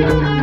Thank you.